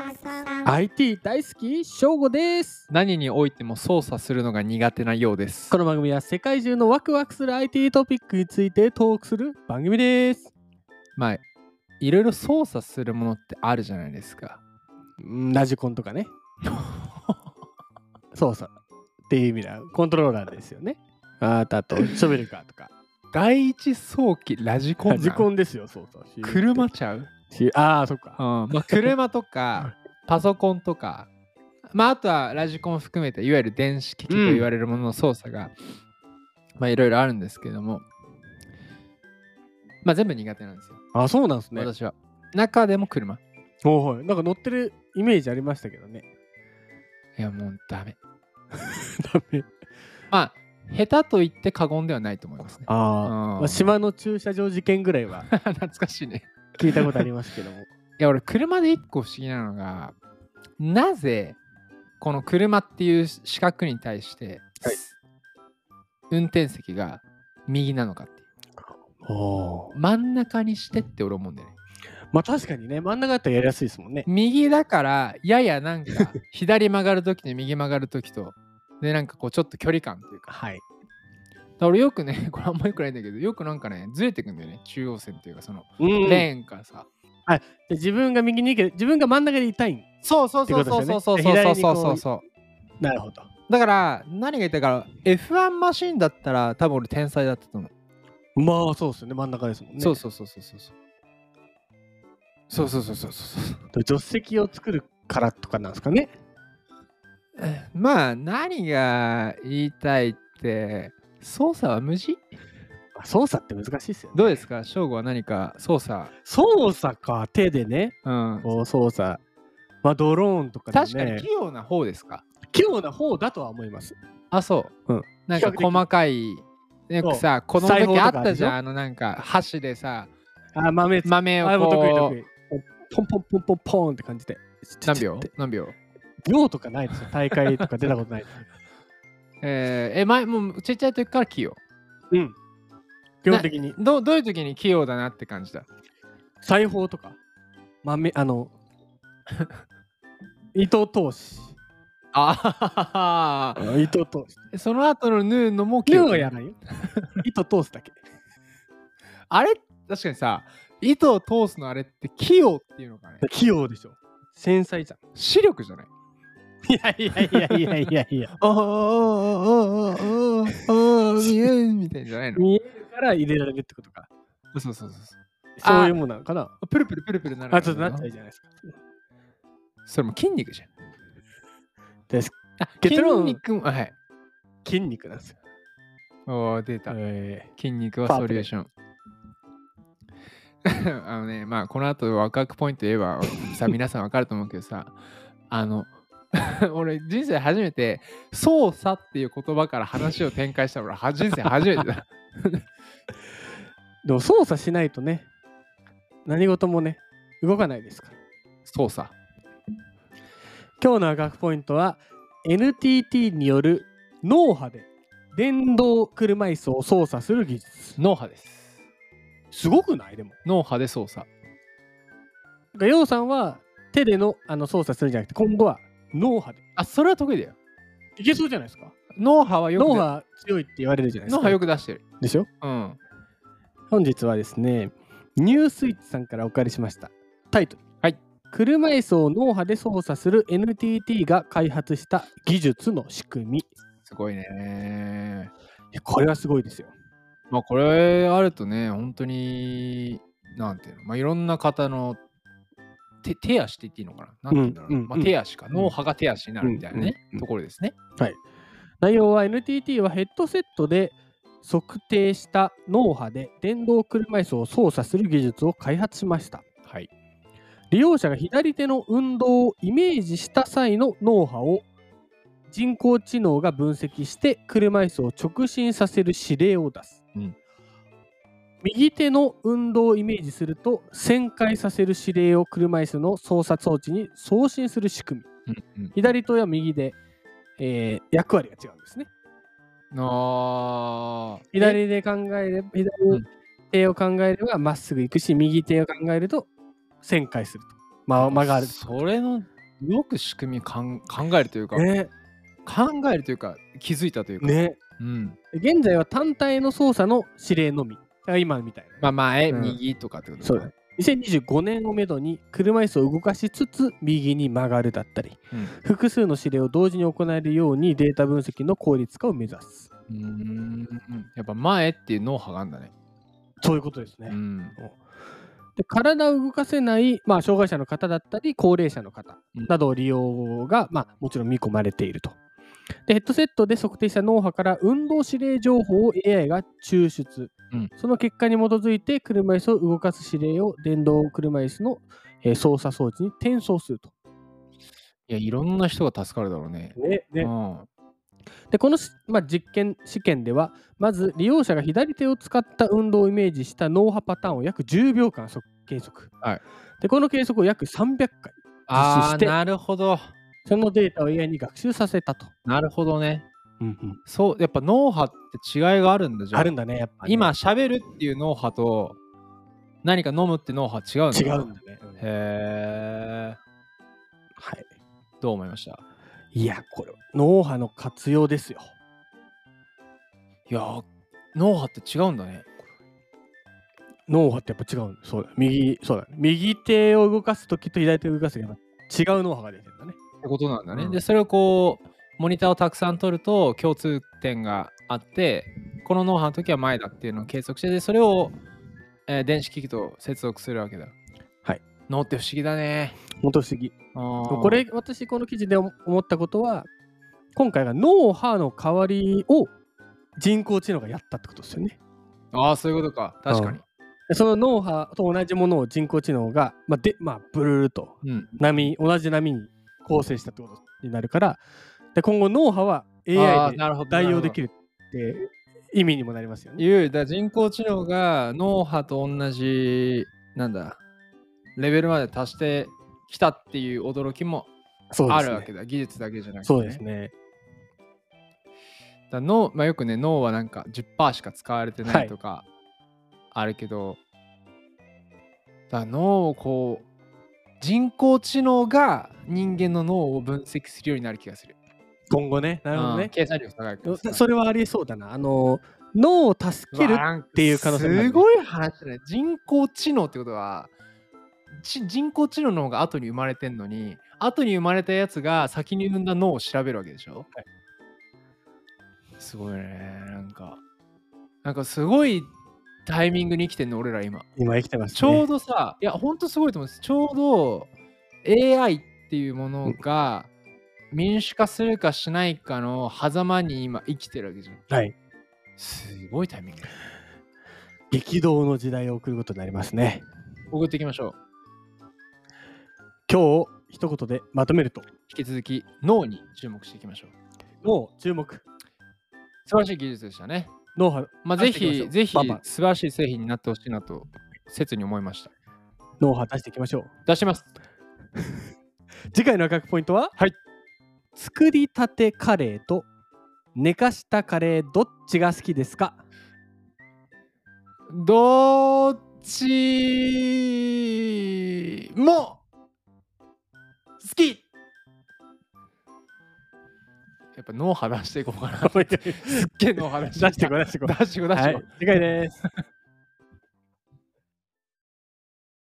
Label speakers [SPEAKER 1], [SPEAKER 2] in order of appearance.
[SPEAKER 1] ん
[SPEAKER 2] IT 大好き翔吾です
[SPEAKER 3] 何においても操作するのが苦手なようです
[SPEAKER 2] この番組は世界中のワクワクする IT トピックについてトークする番組です
[SPEAKER 3] まあいろいろ操作するものってあるじゃないですか
[SPEAKER 2] うんラジコンとかね 操作っていう意味だコントローラーですよねあとあとショベルカーと か
[SPEAKER 3] 第一早期ラジコン
[SPEAKER 2] ラ
[SPEAKER 3] なん
[SPEAKER 2] ジコンですよ操作
[SPEAKER 3] 車ちゃう、うん
[SPEAKER 2] しああそっか
[SPEAKER 3] まあ、車とかパソコンとかまああとはラジコン含めていわゆる電子機器と言われるものの操作が、まあいろいろあるんですけどもまあ全部苦手なんですよ、
[SPEAKER 2] あそうなんですね
[SPEAKER 3] 私は中でも車い
[SPEAKER 2] おーはいなんか乗ってるイメージありましたけどね
[SPEAKER 3] やもうダメ
[SPEAKER 2] ダメ
[SPEAKER 3] まあ下手と言って過言ではないと思いま すね
[SPEAKER 2] あ
[SPEAKER 3] う
[SPEAKER 2] あ、
[SPEAKER 3] ん
[SPEAKER 2] まあ、島の駐車場事件ぐらいは
[SPEAKER 3] 懐かしいね
[SPEAKER 2] 聞いたことありますけども
[SPEAKER 3] いや俺車で一個不思議なのがなぜこの車っていう四角に対して、
[SPEAKER 2] はい
[SPEAKER 3] 運転席が右なのかっていう
[SPEAKER 2] おー
[SPEAKER 3] 真ん中にしてって俺思うんだよね
[SPEAKER 2] まあ確かにね真ん中だったらやりやすいですもんね
[SPEAKER 3] 右だからややなんか左曲がる時に右曲がる時とでなんかこうちょっと距離感というか
[SPEAKER 2] はい
[SPEAKER 3] だから俺よくねこれあんまよくないんだけどよくなんかねずれてくんだよね中央線っていうかその
[SPEAKER 2] うんで
[SPEAKER 3] レーンからさ、
[SPEAKER 2] 自分が右に行け自分が真ん中でいたいん
[SPEAKER 3] そうそうそうそうそうそうそうそうそうそうそう
[SPEAKER 2] なるほど
[SPEAKER 3] だから何が言ったいか F1 マシンだったら多分俺天才だったと思う、
[SPEAKER 2] まあそうですよね真ん中ですもんね
[SPEAKER 3] そうそうそうそうそうそうそうそうそうそうそう
[SPEAKER 2] 助手席を作るからとかなんですかね
[SPEAKER 3] まあ何が言いたいって操作は無事
[SPEAKER 2] 操作って難しいですよね
[SPEAKER 3] どうですか翔吾は何か操作
[SPEAKER 2] 操作か手でね
[SPEAKER 3] うん
[SPEAKER 2] こう操作まあドローンとかでもね
[SPEAKER 3] 確かに器用な方ですか
[SPEAKER 2] 器用な方だとは思います
[SPEAKER 3] あそう、
[SPEAKER 2] うん
[SPEAKER 3] なん
[SPEAKER 2] 比
[SPEAKER 3] か
[SPEAKER 2] 較的
[SPEAKER 3] 細かいよくさ
[SPEAKER 2] そ
[SPEAKER 3] こ
[SPEAKER 2] う
[SPEAKER 3] の
[SPEAKER 2] 裁縫
[SPEAKER 3] 時
[SPEAKER 2] とか
[SPEAKER 3] あ
[SPEAKER 2] ある
[SPEAKER 3] っ
[SPEAKER 2] でしょ
[SPEAKER 3] たじゃんあのなんか箸でさ
[SPEAKER 2] あ豆つ
[SPEAKER 3] 豆
[SPEAKER 2] あれも得意
[SPEAKER 3] をこ
[SPEAKER 2] 得
[SPEAKER 3] う
[SPEAKER 2] 意ポンポンポンポンポンって感じで
[SPEAKER 3] 何秒何秒
[SPEAKER 2] 秒とかないですよ大会とか出たことないです
[SPEAKER 3] えー、え前もうちっちゃい時から器用
[SPEAKER 2] うん基本的に
[SPEAKER 3] どうどういう時に器用だなって感じだ
[SPEAKER 2] 裁縫とか豆あの 糸通し
[SPEAKER 3] ああ
[SPEAKER 2] 糸通し
[SPEAKER 3] その後の縫うのも器
[SPEAKER 2] 縫う
[SPEAKER 3] 用
[SPEAKER 2] はやらないよ糸通すだけ
[SPEAKER 3] あれ確かにさ糸を通すのあれって器用っていうのかね
[SPEAKER 2] 器用でしょ繊細じゃん
[SPEAKER 3] 視力じ ゃない
[SPEAKER 2] いやいやいやいやいやい や
[SPEAKER 3] ああああああああ見えんみたいなんじゃないの
[SPEAKER 2] 見えるから入れられるってことか
[SPEAKER 3] そうそうそうそ
[SPEAKER 2] そういうもんなのかな
[SPEAKER 3] うプルプルプルプルなる
[SPEAKER 2] あちょっとなっちゃうじゃないですか
[SPEAKER 3] それも筋肉じゃん
[SPEAKER 2] です
[SPEAKER 3] あ
[SPEAKER 2] 結論
[SPEAKER 3] 筋肉もあはい
[SPEAKER 2] 筋肉なんですよ、
[SPEAKER 3] おー出た
[SPEAKER 2] え
[SPEAKER 3] 筋肉は
[SPEAKER 2] パー
[SPEAKER 3] ソ
[SPEAKER 2] プ
[SPEAKER 3] リュ
[SPEAKER 2] ル
[SPEAKER 3] ーション あのねまあこの後ワクワクポイント言え ばさ皆さんわかると思うけどさあの 俺人生初めて「操作」っていう言葉から話を展開したの俺は人生初めて だ
[SPEAKER 2] ーでも操作しないとね何事もね動かないですから
[SPEAKER 3] 操作
[SPEAKER 2] 今日の学ポイントは NTT による脳波で電動車椅子を操作する技術
[SPEAKER 3] 脳波です
[SPEAKER 2] すごくないでも
[SPEAKER 3] 脳波で操作
[SPEAKER 2] だから楊さんは手でのあの操作するんじゃなくて今度は脳波で
[SPEAKER 3] あそれは得意だよ
[SPEAKER 2] いけそうじゃないですか
[SPEAKER 3] 脳波はよく
[SPEAKER 2] 脳
[SPEAKER 3] 出
[SPEAKER 2] 波強いって言われるじゃないです
[SPEAKER 3] 脳
[SPEAKER 2] か
[SPEAKER 3] 波よく出してる
[SPEAKER 2] でしょ
[SPEAKER 3] うん
[SPEAKER 2] 本日はですねニュースイッチさんからお借りしましたタイトル
[SPEAKER 3] はい
[SPEAKER 2] 車椅子を脳波で操作する NTT が開発した技術の仕組みい
[SPEAKER 3] すごいね
[SPEAKER 2] やこれはすごいですよ
[SPEAKER 3] まあこれあるとね本当になんていうのまあいろんな方の手手足って言っていいのかななんて言うんだろうな、
[SPEAKER 2] うんうん
[SPEAKER 3] まあ、手足か、
[SPEAKER 2] ん
[SPEAKER 3] 脳波が手足になるみたいなね、
[SPEAKER 2] うんうん
[SPEAKER 3] ところですね
[SPEAKER 2] 内容は NTT はヘッドセットで測定した脳波で電動車椅子を操作する技術を開発しました
[SPEAKER 3] はい
[SPEAKER 2] 利用者が左手の運動をイメージした際の脳波を人工知能が分析して車椅子を直進させる指令を出す、
[SPEAKER 3] うん
[SPEAKER 2] 右手の運動をイメージすると旋回させる指令を車椅子の操作装置に送信する仕組み
[SPEAKER 3] うん
[SPEAKER 2] 左手や右で、えー役割が違うんですね
[SPEAKER 3] うんあーえ
[SPEAKER 2] 左で考えれば左
[SPEAKER 3] うん
[SPEAKER 2] 手を考えればまっすぐ行くし右手を考えると旋回すると、まあ、曲がる
[SPEAKER 3] それのよく仕組みかん考えるというか、
[SPEAKER 2] ね
[SPEAKER 3] 考えるというか気づいたというか、
[SPEAKER 2] ね
[SPEAKER 3] うん、
[SPEAKER 2] 現在は単体の操作の指令のみあ今みたいな
[SPEAKER 3] まあ前、
[SPEAKER 2] うん
[SPEAKER 3] 右とかってこと
[SPEAKER 2] そうだね2025年をめどに車椅子を動かしつつ右に曲がるだったり
[SPEAKER 3] うん
[SPEAKER 2] 複数の指令を同時に行えるようにデータ分析の効率化を目指す
[SPEAKER 3] うーんやっぱ前っていう脳波があるんだね。
[SPEAKER 2] そういうことですね、
[SPEAKER 3] うん
[SPEAKER 2] で体を動かせない、まあ、障害者の方だったり高齢者の方
[SPEAKER 3] うん
[SPEAKER 2] などを利用が、まあ、もちろん見込まれているとでヘッドセットで測定した脳波から運動指令情報を AI が抽出、
[SPEAKER 3] うん
[SPEAKER 2] その結果に基づいて車椅子を動かす指令を電動車椅子の、えー操作装置に転送すると、
[SPEAKER 3] いやいろんな人が助かるだろうね。うん
[SPEAKER 2] でこのし、まあ、実験試験ではまず利用者が左手を使った運動をイメージした脳波パターンを約10秒間測計測、
[SPEAKER 3] はい
[SPEAKER 2] でこの計測を約300回実施
[SPEAKER 3] あ
[SPEAKER 2] し
[SPEAKER 3] あ
[SPEAKER 2] て
[SPEAKER 3] なるほど。
[SPEAKER 2] そのデータを AI に学習させたと。
[SPEAKER 3] なるほどね。そうやっぱ脳波って違いがあるんだじゃん。
[SPEAKER 2] あるんだね、やっぱね、
[SPEAKER 3] 今喋るっていう脳波と何か飲むって脳波違うんだ
[SPEAKER 2] 違うんだね。うん
[SPEAKER 3] へえ。
[SPEAKER 2] はい、
[SPEAKER 3] どう思いました
[SPEAKER 2] いや、これ、脳波の活用ですよ。
[SPEAKER 3] いやー脳波って違うんだね。
[SPEAKER 2] 脳波ってやっぱ違うんだそうだ、右、そうだ、右手を動かすときと左手を動かすときは違う脳波が出てるんだね。
[SPEAKER 3] ってことなんだね。
[SPEAKER 2] うん
[SPEAKER 3] でそれをこうモニターをたくさん取ると共通点があってこの脳波の時は前だっていうのを計測してでそれを、えー電子機器と接続するわけだ。
[SPEAKER 2] はい。
[SPEAKER 3] 脳って不思議だね。
[SPEAKER 2] 本当不思議。
[SPEAKER 3] こ
[SPEAKER 2] これ、私、この記事で思思ったことは、今回が脳波の代わりを人工知能がやったってことですよね。
[SPEAKER 3] ああそういうことか確かに。
[SPEAKER 2] でその脳波と同じものを人工知能が、まあ、で、まあ、ブルルと
[SPEAKER 3] うん。
[SPEAKER 2] 波同じ波に構成したってことになるからで今後脳波は
[SPEAKER 3] あ
[SPEAKER 2] AI
[SPEAKER 3] ー
[SPEAKER 2] で
[SPEAKER 3] なるほど
[SPEAKER 2] 代用でき
[SPEAKER 3] る
[SPEAKER 2] るって意味にもなりますよ
[SPEAKER 3] ほど。
[SPEAKER 2] ね。
[SPEAKER 3] いうだから人工知能が脳波と同じなんだレベルまで達してきたっていう驚きも
[SPEAKER 2] そうで
[SPEAKER 3] あ
[SPEAKER 2] す
[SPEAKER 3] る
[SPEAKER 2] ね
[SPEAKER 3] わけだ、技術だけじゃなくて、
[SPEAKER 2] そうですね。
[SPEAKER 3] だ脳まあ、よくね脳はなんか10%しか使われてないとかあるけど、だ脳をこう人工知能が人間の脳を分析するようになる気がする。
[SPEAKER 2] 今後ね。なるほど
[SPEAKER 3] うん
[SPEAKER 2] ね。
[SPEAKER 3] 計算量高いからさ
[SPEAKER 2] それはありそうだな。あの脳を助ける
[SPEAKER 3] うわなんか
[SPEAKER 2] ていう可能性もあるね
[SPEAKER 3] すごい話だね。人工知能ってことはち人工知能の方が後に生まれてんのに後に生まれたやつが先に生んだ脳を調べるわけでしょ、すごいねなんかなんかすごいタイミングに生きてんの俺ら今
[SPEAKER 2] 今生きてます、ね。
[SPEAKER 3] ちょうどさ、いやほんとすごいと思うんですちょうど AI っていうものが民主化するかしないかの狭間に今生きてるわけじゃん
[SPEAKER 2] はい。
[SPEAKER 3] すごいタイミング
[SPEAKER 2] 激動の時代を送ることになりますね。
[SPEAKER 3] 送っていきましょう
[SPEAKER 2] 今日を一言でまとめると
[SPEAKER 3] 引き続き脳に注目していきましょう
[SPEAKER 2] 脳注目
[SPEAKER 3] 素晴らしい技術でしたね
[SPEAKER 2] 脳波
[SPEAKER 3] まあ
[SPEAKER 2] 出
[SPEAKER 3] ぜ
[SPEAKER 2] していきましょ
[SPEAKER 3] ひ
[SPEAKER 2] う
[SPEAKER 3] ぜひ
[SPEAKER 2] バ
[SPEAKER 3] 素
[SPEAKER 2] ンバン
[SPEAKER 3] 晴らしい製品になってほしいなと切に思いました
[SPEAKER 2] 脳波出していきましょう。
[SPEAKER 3] 出します
[SPEAKER 2] 次回の価格ポイントは、
[SPEAKER 3] はい
[SPEAKER 2] 作りたてカレーと寝かしたカレーどっちが好きです か
[SPEAKER 3] どっちも好きやっぱ脳波出していこうかなすっげえ脳波出して
[SPEAKER 2] 出してこ出してこ
[SPEAKER 3] 出してこ出し
[SPEAKER 2] は
[SPEAKER 3] てこ、
[SPEAKER 2] い次回です